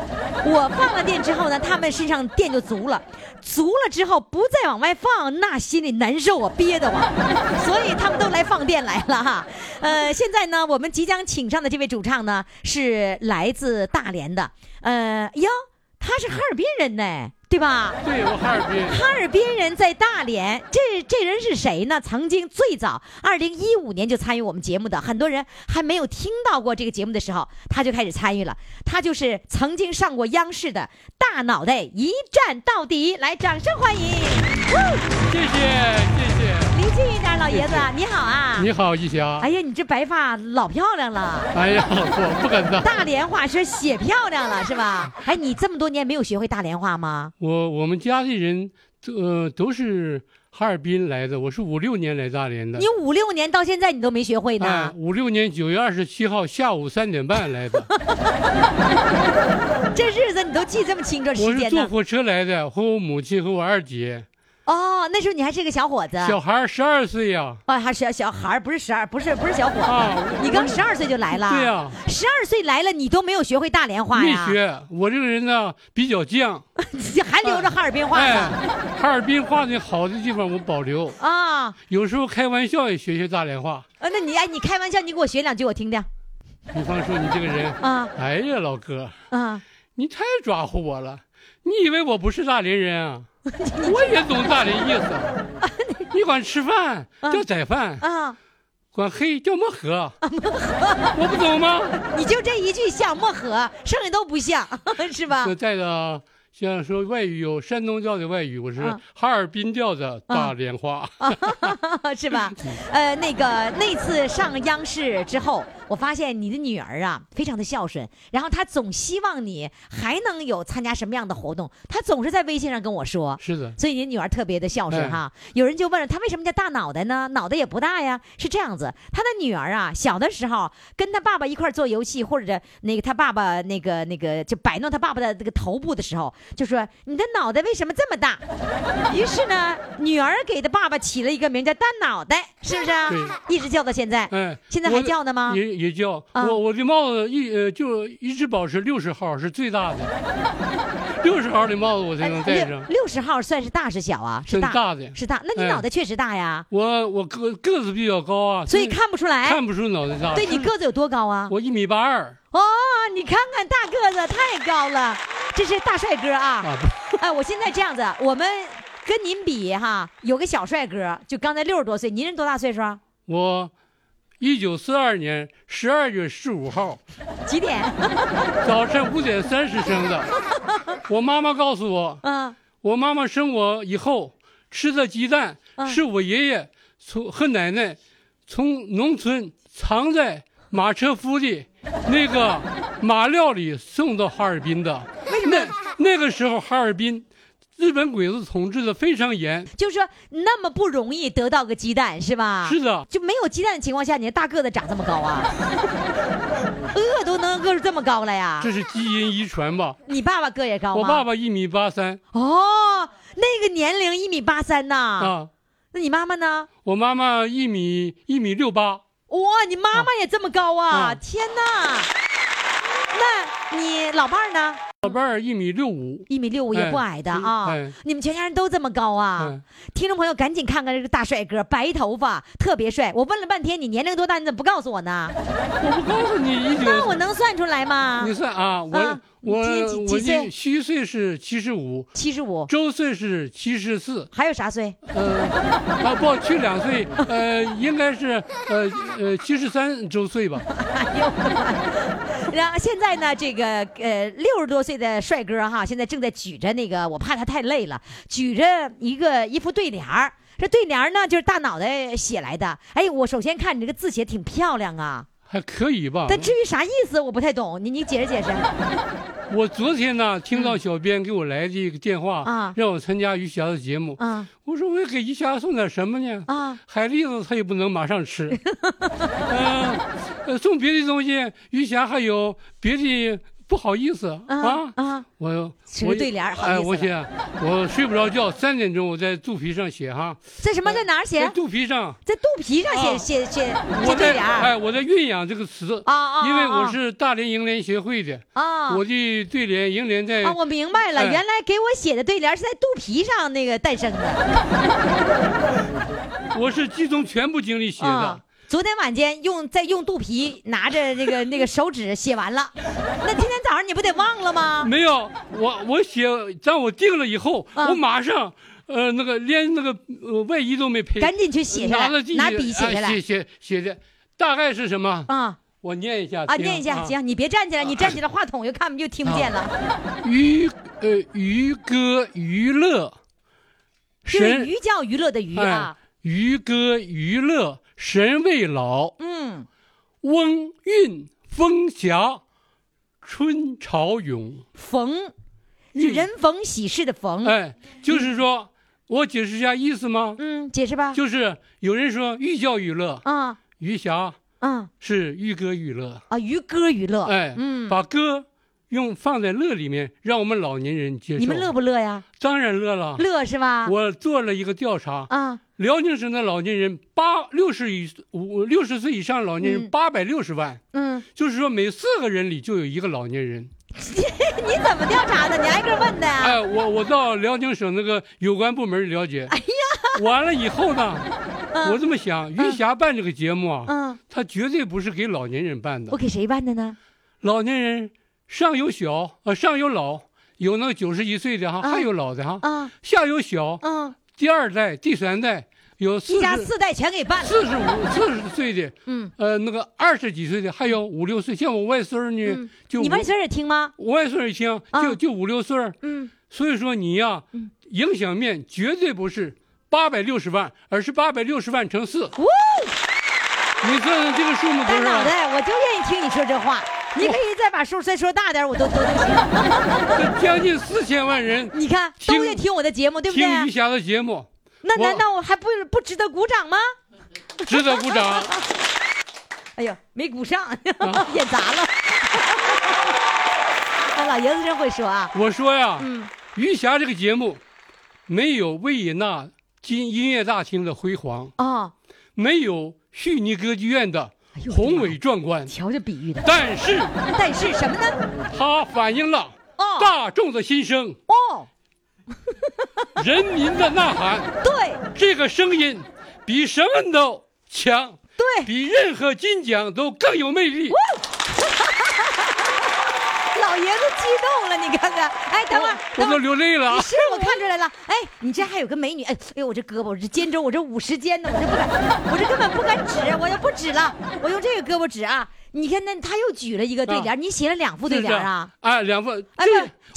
C: 我放了电之后呢，他们身上电就足了，足了之后不再往外放，那心里难受啊，憋得慌。 *laughs* 所以他们都来放电来了哈。呃，现在呢，我们即将请上的这位主唱呢，是来自大连的。呃，哟。他他是哈尔滨人呢，对吧？
H: 对我哈尔滨，
C: 哈尔滨人在大连，这这人是谁呢？曾经最早二零一五年就参与我们节目的，很多人还没有听到过这个节目的时候，他就开始参与了。他就是曾经上过央视的《大脑袋一战到底》，来，掌声欢迎！
H: 谢谢谢谢。
C: 离近一点，老爷子，你好啊！
H: 你好，一霞。
C: 哎呀，你这白发老漂亮了，
H: 哎呀，我不敢当。
C: 大连话说写漂亮了是吧？哎，你这么多年没有学会大连话吗？
H: 我我们家里人，呃，都是哈尔滨来的。我是五六年来大连的
C: 你。五六年到现在你都没学会
H: 哎
C: 呢，，
H: 五六年九月二十七号下午三点半来
C: *laughs*
H: 的。
C: 这日子你都记这么清楚
H: 我
C: 时
H: 是
C: 间
H: 坐
C: 呢？
H: 火车来的，和我母亲和我二姐。
C: 哦，那时候你还是个小伙子，
H: 小孩十二岁呀、
C: 啊，还小小孩儿不是十二，不是不是小伙子，
H: 啊
C: 你刚十二岁就来了，
H: 对呀
C: 十二岁来了你都没有学会大连话
H: 没
C: 呀，
H: 学。我这个人呢比较犟，
C: *laughs* 还留着哈尔滨话
H: 哎
C: 呢，，
H: 哈尔滨话的好的地方我保留，
C: 啊，
H: 有时候开玩笑也学学大连话。
C: 呃那你哎，你开玩笑，你给我学两句我听听，
H: 比方说你这个人，
C: 啊
H: 哎呀，老哥，
C: 啊，
H: 你太抓唬我了，你以为我不是大连人
C: *laughs*
H: 啊？我也懂大连意思。你管吃饭
C: 嗯
H: 叫宰饭，
C: 啊，
H: 管黑叫漠河，我不懂吗？
C: 你就这一句像漠河，剩下都不像， *laughs* 是吧
H: 那？再者，像说外语有山东调的外语，我是
C: 啊
H: 哈尔滨调的大连话。
C: *laughs* 是吧？呃，那个那次上央视之后，我发现你的女儿啊，非常的孝顺，然后她总希望你还能有参加什么样的活动，她总是在微信上跟我说。
H: 是的，
C: 所以你女儿特别的孝顺
H: 哎
C: 哈，有人就问了，她为什么叫大脑袋呢？脑袋也不大呀。是这样子，她的女儿啊，小的时候跟她爸爸一块儿做游戏，或者那个她爸爸那个那个就摆弄她爸爸的这个头部的时候，就说你的脑袋为什么这么大？ *laughs* 于是呢，女儿给她爸爸起了一个名叫大脑袋，是不是啊？
H: 对
C: 一直叫到现在。
H: 哎，
C: 现在还
H: 我的
C: 叫呢吗
H: 也也叫。
C: 啊
H: 我我的帽子一呃就一直保持六十号是最大的，
C: *laughs*
H: 六十号的帽子我才能戴
C: 六
H: 上。
C: 六十号算是大是小啊？是
H: 算
C: 大，
H: 大的
C: 是大。那你
H: 哎
C: 脑袋确实大呀，
H: 我我个个子比较高啊，
C: 所以看不出来。
H: 看不出脑袋大。
C: 对你
H: 是
C: 个子有多高啊？
H: 我一米八二
C: 哦，你看看大个子太高
H: *laughs*
C: 了，这是大帅哥啊！
H: 啊，
C: 哎，我现在这样子，我们跟您比哈，有个小帅哥，就刚才六十多岁，您是多大岁数啊？
H: 我一九四二年十二月十五号
C: 几
H: *laughs*
C: 点？
H: 早晨五点三十生
C: *laughs*
H: 的。我妈妈告诉我，
C: 嗯，
H: 我妈妈生我以后吃的鸡蛋
C: 嗯
H: 是我爷爷从和奶奶从农村藏在马车夫的那个马料里送到哈尔滨的。那那个时候哈尔滨日本鬼子统治的非常严，
C: 就是说那么不容易得到个鸡蛋是吧？
H: 是的，
C: 就没有鸡蛋的情况下，你这大个子长这么高
H: *laughs*
C: 啊？饿都能饿出这么高了呀？
H: 这是基因遗传吧？
C: 你爸爸个也高吗？
H: 我爸爸一米八三
C: 哦，那个年龄一米八三呐。
H: 啊，
C: 那你妈妈呢？
H: 我妈妈一米一米六八。
C: 哇，你妈妈也这么高啊！
H: 啊
C: 天哪！那你老伴儿呢？
H: 老伴儿一米六五，
C: 一米六五也不矮的啊！
H: 哎哎
C: 你们全家人都这么高啊！
H: 嗯，
C: 听众朋友，赶紧看看这个大帅哥，白头发，特别帅。我问了半天，你年龄多大？你怎么不告诉我呢？
H: 我不告诉 *laughs* 你一
C: 那
H: 九
C: 我能算出来吗
H: 你？算啊，我、
C: 啊
H: 我
C: 你今年几
H: 我
C: 几岁
H: 一虚岁是七十五，
C: 七十五，
H: 周岁是七十四，
C: 还有啥岁？
H: 呃，啊不，去两岁，呃，应该是呃呃七十三周岁吧，
C: 然后现在呢，这个呃六十多岁的帅哥哈，现在正在举着那个，我怕他太累了，举着一个一副对联儿。这对联儿呢，就是大脑袋写来的。哎，我首先看你这个字写挺漂亮啊，
H: 还可以吧。
C: 但至于啥意思我不太懂，你你解释解啊释。
H: 我昨天呢听到小编给我来的一个电话，
C: 啊
H: 让我参加于霞的节目，
C: 啊
H: 我说我给于霞送点什么呢？
C: 啊，
H: 海蛎子她也不能马上
C: *laughs*
H: 吃，呃，呃送别的东西，于霞还有别的不好意思
C: 啊啊
H: 我
C: 吃
H: 我
C: 对联儿好意
H: 哎，
C: 思
H: 我
C: 了
H: 写，我睡不着觉，三点钟我在肚皮上写哈，
C: 在什么在哪儿写
H: 在？肚皮上，
C: 在肚皮上写
H: 啊
C: 写写
H: 我
C: 写对
H: 在
C: 联
H: 哎，
C: 儿
H: 我在酝酿这个词
C: 啊啊啊
H: 因为我
C: 啊
H: 是大连楹联协会的，
C: 啊。
H: 我的对联楹联在
C: 啊，我明白了，
H: 哎
C: 原来给我写的对联儿是在肚皮上那个诞生的。
H: 我是集中全部精力写
C: 啊
H: 的，
C: 昨天晚间用在用肚皮拿着那个那个手指写完
H: *laughs*
C: 了，那今天早上你不得忘了吗？
H: 没有，我我写，让我定了以后，
C: 啊
H: 我马上，呃，那个连那个呃外衣都没披，
C: 赶紧去写下来
H: 拿着记
C: 拿笔写
H: 哎
C: 下来
H: 写写写的，大概是什么？
C: 啊
H: 我念一下
C: 啊，念一下，。
H: 听
C: 行，你别
H: 啊
C: 站起来，你站起来话筒又看不又听不见了。
H: 娱呃娱歌娱乐，
C: 这个
H: 神哎
C: 娱叫娱乐的娱啊，
H: 娱歌娱乐神未老，
C: 嗯，
H: 翁韵风霞，春潮涌。
C: 逢是人逢喜事的逢，
H: 哎，就是说，我解释一下意思吗？
C: 嗯，解释吧。
H: 就是有人说寓教于乐，
C: 啊
H: 余霞
C: 啊
H: 是寓歌于乐，
C: 啊，娱歌娱乐，
H: 哎，
C: 嗯，
H: 把歌用放在乐里面，让我们老年人接受。
C: 你们乐？不乐呀？
H: 当然乐了。
C: 乐啊是吧？
H: 啊我做了一个调查，
C: 啊，
H: 辽宁省的老年人八六十以五六十岁以上老年人
C: 嗯
H: 八百六十万，
C: 嗯，
H: 就是说每四个人里就有一个老年人。
C: 你怎么调查的？你挨个问的呀？
H: 哎，我我到辽宁省那个有关部门了解。哎呀，完了以后呢，我这么想，余霞办这个节目啊，
C: 嗯，
H: 他绝对不是给老年人办的
C: 我。给谁办的呢？
H: 老年人上有小，呃，上有老，有那个九十一岁的哈，
C: 啊
H: 还有老的哈，
C: 啊，
H: 下有小，
C: 嗯，
H: 第二代、第三代，有
C: 一
H: 四
C: 家
H: 十、
C: 四代全给办了。
H: 四十五、四十岁的，
C: 嗯，
H: 呃，那个二十几岁的，还有五六岁，像我外孙儿呢
C: 嗯，
H: 就
C: 你
H: 五
C: 外孙儿也听吗？
H: 我外孙儿也轻，
C: 啊
H: 就就五六岁儿，
C: 嗯，
H: 所以说你呀、
C: 嗯
H: 影响面绝对不是八百六十万，而是八百六十万乘四。你算算这个数目多
C: 大
H: 少
C: 脑
H: 啊？
C: 袋，我就愿意听你说这话。你可以再把数再说大点儿，我都都都
H: *laughs*
C: 行。
H: 这将近四千万人
C: 你看，都得听我的节目，对不对？
H: 听余霞的节目，
C: 那
H: 我
C: 难道我还不不值得鼓掌吗？
H: 值得鼓
C: *laughs*
H: 掌。
C: 哎呦，没鼓 *laughs* 上，演砸了。 *laughs* 哎，老爷子真会说啊。
H: 我说呀，
C: 嗯
H: 余霞这个节目没有维也纳金音乐大厅的辉煌，
C: 哦，
H: 没有悉尼歌剧院的
C: 哎呦我的妈
H: 宏伟壮观，
C: 瞧这比喻的。
H: 但是
C: 但是什么呢？
H: 它反映了
C: 哦
H: 大众的心声。
C: 哦，
H: 人民的呐喊，
C: 对
H: 这个声音比什么都强，
C: 对，
H: 比任何金奖都更有魅力。
C: 老爷子激动了，你看看。哎，等会儿，
H: 我
C: 等
H: 都
C: 会儿。
H: 流泪了啊。
C: 是我看出来了，哎，你这还有个美女，哎，哎呦，我这胳膊，我这肩周，我这五十肩呢，我这不敢，我这根本不敢指，我要不指了，我用这个胳膊指啊。你看那他又举了一个对
H: 啊
C: 联，你写了两副对联啊？
H: 是？哎，两份。
C: 哎，不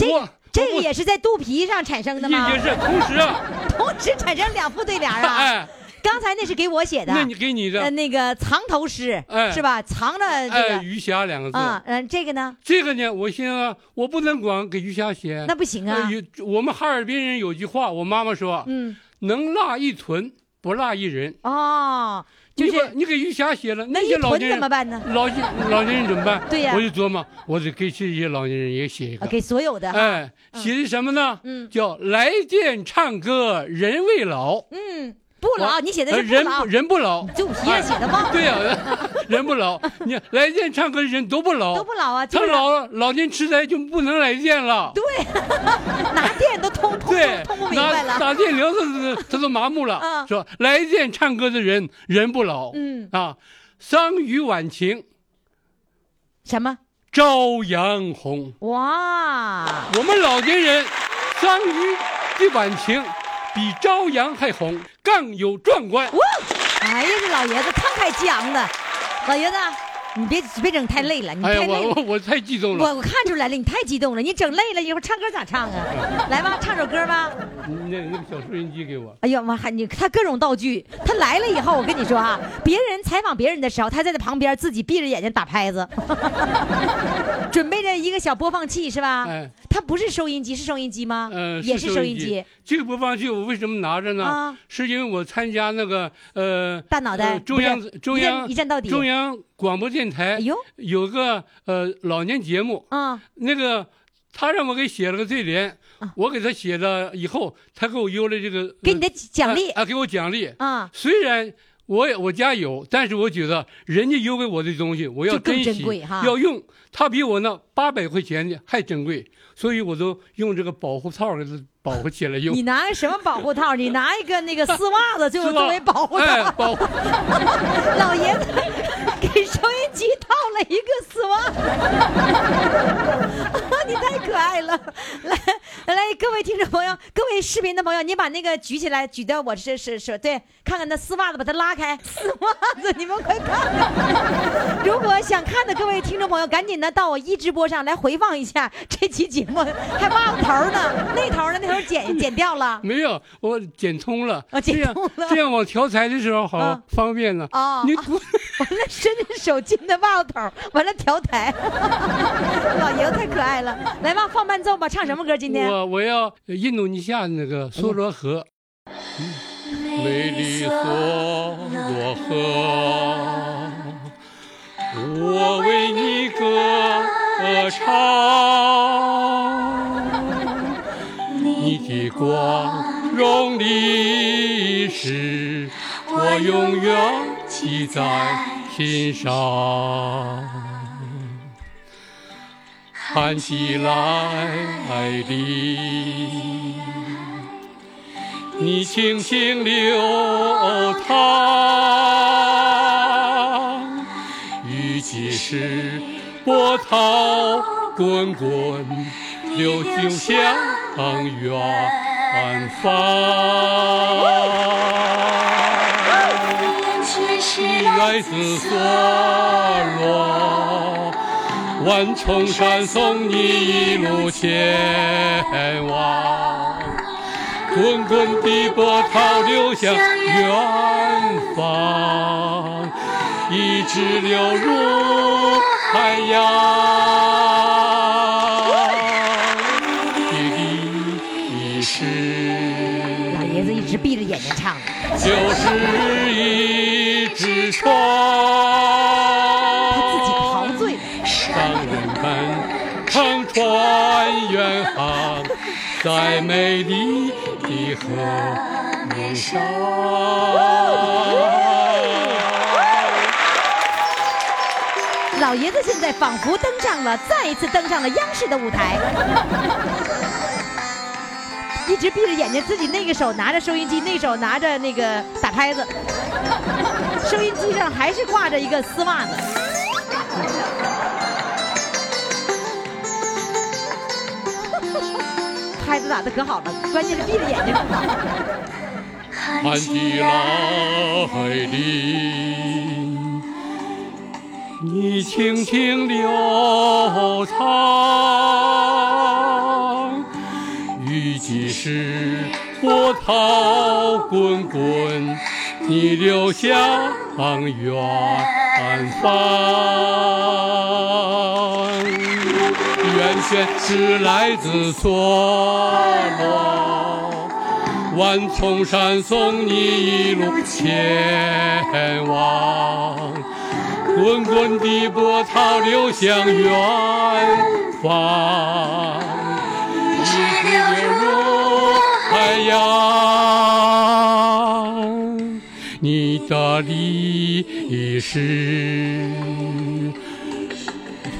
C: 是，
H: 我
C: 这这个
H: 我
C: 也是在肚皮上产生的吗
H: 也？是同时啊。
C: 同时产生两副对联啊
H: *laughs* 哎？
C: 刚才那是给我写的，
H: 那你给你
C: 呃
H: 的，
C: 那个藏头诗
H: 哎
C: 是吧？藏着这
H: 哎，
C: 个
H: 余霞两个
C: 啊
H: 字。，
C: 嗯，这个呢？
H: 这个呢，我先啊，我不能光给余霞写。
C: 那不行啊
H: 呃。有我们哈尔滨人有句话，我妈妈说，
C: 嗯，
H: 能辣一屯，不辣一人。
C: 哦，就
H: 你把
C: 是
H: 你给余霞写了，
C: 那
H: 那
C: 一
H: 些老
C: 屯
H: 年
C: 怎
H: 人
C: 么办呢？
H: 老年老年人怎么办？
C: *laughs* 对呀
H: 我就琢磨，我得给这些老年人也写一个。
C: 啊给所有的哈，
H: 哎，写的什么呢？
C: 嗯
H: 叫来电唱歌人未老，
C: 嗯，不
H: 我
C: 老，你写的
H: 呃
C: 是
H: 人
C: 不老，
H: 人不老，
C: 就皮上写的忘
H: *laughs* 对呀、人不老。你看来电唱歌的人都不老，
C: 都不老啊，就
H: 哦他
C: 是
H: 老了，老年痴呆就不能来电了。
C: 拿电都通通
H: 对
C: 通通不，明
H: 打
C: 白了。
H: 打电流他
C: *laughs*
H: 他他都麻木了
C: 嗯，
H: 说来电唱歌的人人不老，
C: 嗯，
H: 啊，桑榆晚晴
C: 什么？
H: 朝阳红。
C: 哇，
H: 我们老年人，桑榆的晚晴比朝阳还红，更有壮观。
C: 哇！哎呀，这老爷子慷慨激昂的，老爷子，你别别整太累了，你
H: 哎呀，
C: 太累
H: 我
C: 了
H: 我。我太激动了。
C: 我我看出来了，你太激动了，你整累了，一会儿唱歌咋唱啊？ *laughs* 来吧，唱首歌吧。
H: 那那个小收音机给我。
C: 哎呀妈，还你他各种道具，他来了以后，我跟你说
H: *laughs*
C: 啊，别人采访别人的时候，他在那旁边自己闭着眼睛打拍子， *laughs* 准备着一个小播放器是吧？
H: 哎
C: 他不是收音机，是收音机吗？
H: 呃，
C: 啊也是
H: 收
C: 音机。。
H: 这个播放器我为什么拿着呢？
C: 啊
H: 是因为我参加那个呃，
C: 大脑袋
H: 呃中央
C: 不是
H: 中央
C: 一站一站到底
H: 中央广播电台。
C: 哎呦
H: 有个呃老年节目，
C: 啊、
H: 那个他让我给写了个对联，
C: 啊
H: 我给他写了以后，他给我邮了这个
C: 给你的
H: 呃
C: 奖励
H: 啊啊，给我奖励。
C: 啊、
H: 虽然
L: 我也我家有，但是我觉得人家有给我的东西，我要
C: 就更
L: 珍惜，
C: 珍贵哈
L: 要用。他比我那八百块钱的还珍贵，所以我都用这个保护套给它保护起来用。
C: *laughs* 你拿什么保护套？你拿一个那个 *laughs* 丝袜子，就是是作
L: 吧
C: 为保护套。
L: 哎，保护。
C: 老爷子给收音机套了一个丝 *laughs* 袜，你太可爱了！来来，各位听众朋友，各位视频的朋友，你把那个举起来，举到我这是是对，看看那丝袜子，把它拉开， *laughs* 丝袜子，你们快看看！ *laughs* 如果想看的各位听众朋友，赶紧的到我一直播上来回放一下这期节目，还忘头呢，那头呢，那头剪剪掉了。
L: 没有，我剪通了，
C: 啊剪通了
L: 这样这样我调裁的时候好、
C: 啊
L: 方便呢。
C: 哦
L: 你
C: 啊 *laughs*
L: 不
C: 完了伸着手进的袜子头，完了调台，老爷子太可爱了。来吧，放伴奏吧，唱什么歌？今天
L: 我我要印度尼西亚那个梭罗河，美丽梭罗河，我为你歌唱，你的光荣历史，我永远记在心上。喊起来的，你轻轻流淌，雨季时波涛滚滚，流经向远方。来自梭罗，万重山送你一路前往，滚滚的波涛流向远方，一直流入海洋。你的意识。
C: 老爷子一直闭着眼睛唱，
L: 就是一只船。
C: 他自己陶醉了。
L: 让人们乘船远航，在美丽的河面上。
C: 老爷子现在仿佛登上了，再一次登上了央视的舞台。 *laughs* 一直闭着眼睛，自己那个手拿着收音机，那手拿着那个打拍子，收音机上还是挂着一个丝袜子。 *laughs* 拍子打的可好了，关键是闭着眼睛。
L: 喊起来的，你轻轻流淌，雨季时波涛滚滚，你流向远方。源泉是来自梭罗。万重山送你一路前往，滚滚的波涛流向远方，一直流入海洋。你的历史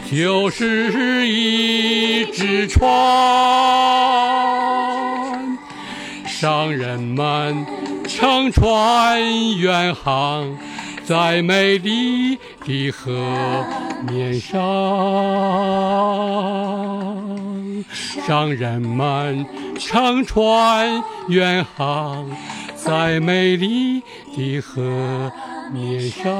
L: 就是一只船。商人们乘船远航，在美丽的河面上。商人们乘船远航，在美丽的河面上。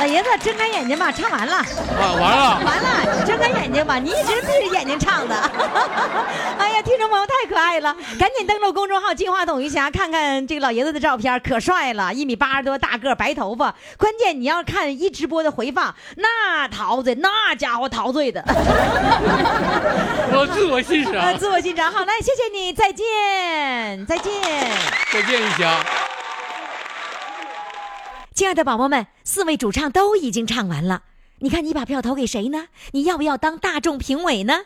C: 老爷子睁开眼睛吧，唱完了。
L: 啊，完了。
C: 完了，睁开眼睛吧，你一直闭着眼睛唱的。 *laughs* 哎呀，听众朋友太可爱了，赶紧登录公众号“金话筒余霞”，看看这个老爷子的照片，可帅了，一米八十多大个儿，白头发。关键你要看一直播的回放，那陶醉，那家伙陶醉的， *laughs*
L: 我自我欣
C: 呃
L: 赏，
C: 自我欣赏。好嘞，谢谢你，再见，再见。
L: 再见，一霞。
C: 亲爱的宝宝们，四位主唱都已经唱完了，你看你把票投给谁呢？你要不要当大众评委呢？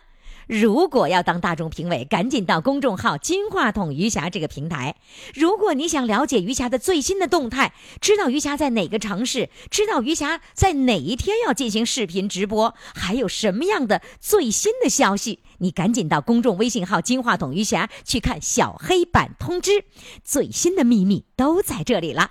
C: 如果要当大众评委，赶紧到公众号“金话筒余霞”这个平台。如果你想了解余霞的最新的动态，知道余霞在哪个城市，知道余霞在哪一天要进行视频直播，还有什么样的最新的消息，你赶紧到公众微信号“金话筒余霞”去看小黑板通知，最新的秘密都在这里了。